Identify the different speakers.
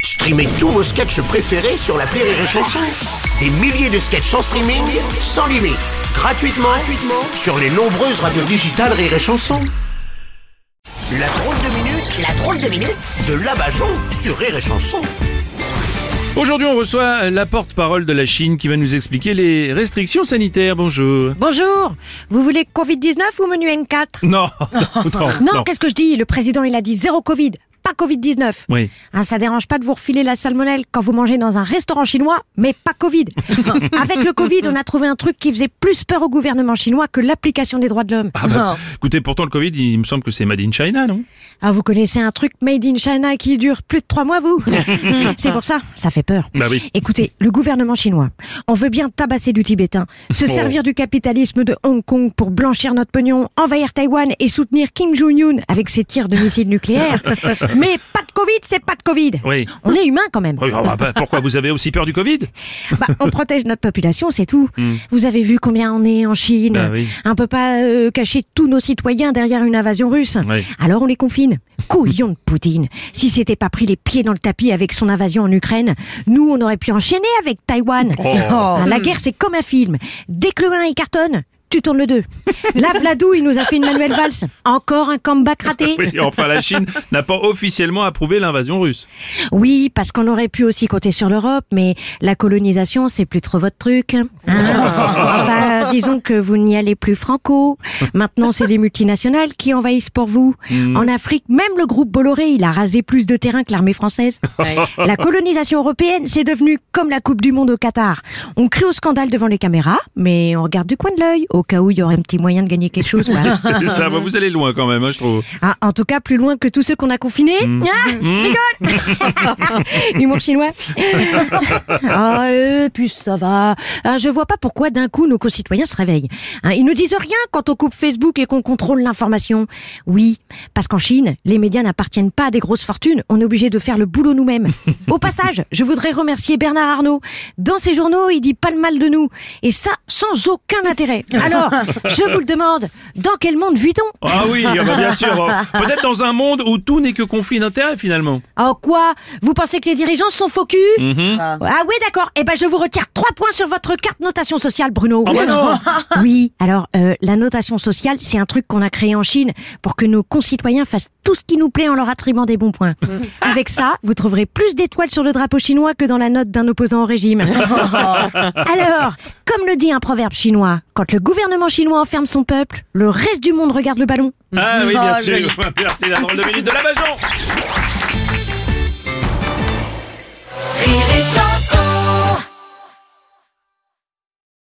Speaker 1: Streamez tous vos sketchs préférés sur la Rire et Chanson. Des milliers de sketchs en streaming, sans limite, gratuitement, gratuitement sur les nombreuses radios digitales Rire et Chanson. La drôle de minute, la drôle de minute de Labajon sur Rire et Chanson.
Speaker 2: Aujourd'hui, on reçoit la porte-parole de la Chine qui va nous expliquer les restrictions sanitaires. Bonjour.
Speaker 3: Bonjour, vous voulez Covid-19 ou menu N4
Speaker 2: Non, non,
Speaker 3: Non, qu'est-ce que je dis Le président, il a dit zéro Covid, pas Covid-19.
Speaker 2: Oui.
Speaker 3: Hein, ça dérange pas de vous refiler la salmonelle quand vous mangez dans un restaurant chinois, mais pas Covid. Avec le Covid, on a trouvé un truc qui faisait plus peur au gouvernement chinois que l'application des droits de l'homme.
Speaker 2: Ah bah, Écoutez, pourtant le Covid, il me semble que c'est Made in China, non
Speaker 3: Ah, vous connaissez un truc made in China qui dure plus de trois mois, vous C'est pour ça, ça fait peur.
Speaker 2: Bah oui.
Speaker 3: Écoutez, le gouvernement chinois, on veut bien tabasser du Tibétain, se
Speaker 2: Oh.
Speaker 3: servir du capitalisme de Hong Kong pour blanchir notre pognon, envahir Taïwan et soutenir Kim Jong-un avec ses tirs de missiles nucléaires. Mais pas de Covid, c'est pas de Covid.
Speaker 2: Oui.
Speaker 3: On est humain quand même.
Speaker 2: Oui, ah bah, pourquoi vous avez aussi peur du Covid
Speaker 3: Bah, on protège notre population, c'est tout. Vous avez vu combien on est en Chine.
Speaker 2: Hmm. Bah oui.
Speaker 3: On peut pas euh, cacher tous nos citoyens derrière une invasion russe.
Speaker 2: Oui.
Speaker 3: Alors on les confine. Couillon de Poutine. Si c'était pas pris les pieds dans le tapis avec son invasion en Ukraine, nous on aurait pu enchaîner avec Taïwan.
Speaker 2: Oh.
Speaker 3: Ah, La guerre c'est comme un film. Dès que le 1 il cartonne, tu tournes le 2. La Vladou, il nous a fait une Manuel Valls. Encore un comeback raté.
Speaker 2: Oui, enfin, la Chine n'a pas officiellement approuvé l'invasion russe.
Speaker 3: Oui, parce qu'on aurait pu aussi compter sur l'Europe, mais la colonisation, c'est plus trop votre truc. hein. enfin, disons que vous n'y allez plus franco. Maintenant, c'est les multinationales qui envahissent pour vous. En Afrique, même le groupe Bolloré, il a rasé plus de terrain que l'armée française. La colonisation européenne, c'est devenu comme la Coupe du Monde au Qatar. On crie au scandale devant les caméras, mais on regarde du coin de l'œil, au cas où il y aurait un petit moyen de gagner quelque chose. quoi.
Speaker 2: C'est ça, bah, vous allez loin quand même, hein, je trouve.
Speaker 3: Ah, en tout cas, plus loin que tous ceux qu'on a confinés. Ah, je rigole Humour chinois. Ah, euh, puis ça va. Ah, je vois pas pourquoi d'un coup nos concitoyens se réveillent. Hein, ils ne disent rien quand on coupe Facebook et qu'on contrôle l'information. Oui, parce qu'en Chine, les médias n'appartiennent pas à des grosses fortunes. On est obligé de faire le boulot nous-mêmes. Au passage, je voudrais remercier Bernard Arnault. Dans ses journaux, il dit pas le mal de nous. Et ça, sans aucun intérêt. Alors, je vous le demande, dans quel monde vit-on
Speaker 2: Ah oui, ah bah, bien sûr. Peut-être dans un monde où tout n'est que conflit d'intérêts, finalement.
Speaker 3: Oh quoi Vous pensez que les dirigeants sont faux culs
Speaker 2: Mm-hmm.
Speaker 3: Ah oui, d'accord. Eh ben, je vous retire trois points sur votre carte notation sociale, Bruno.
Speaker 2: Ah bah non
Speaker 3: oui, alors, euh, la notation sociale, c'est un truc qu'on a créé en Chine pour que nos concitoyens fassent tout ce qui nous plaît en leur attribuant des bons points. Avec ça, vous trouverez plus d'étoiles sur le drapeau chinois que dans la note d'un opposant au régime. alors, comme le dit un proverbe chinois, quand le gouvernement chinois enferme son peuple, le reste du monde regarde le ballon.
Speaker 2: Ah oui, bien
Speaker 4: Oh, joli.
Speaker 2: sûr. Merci, la drôle de minute de la Bajon.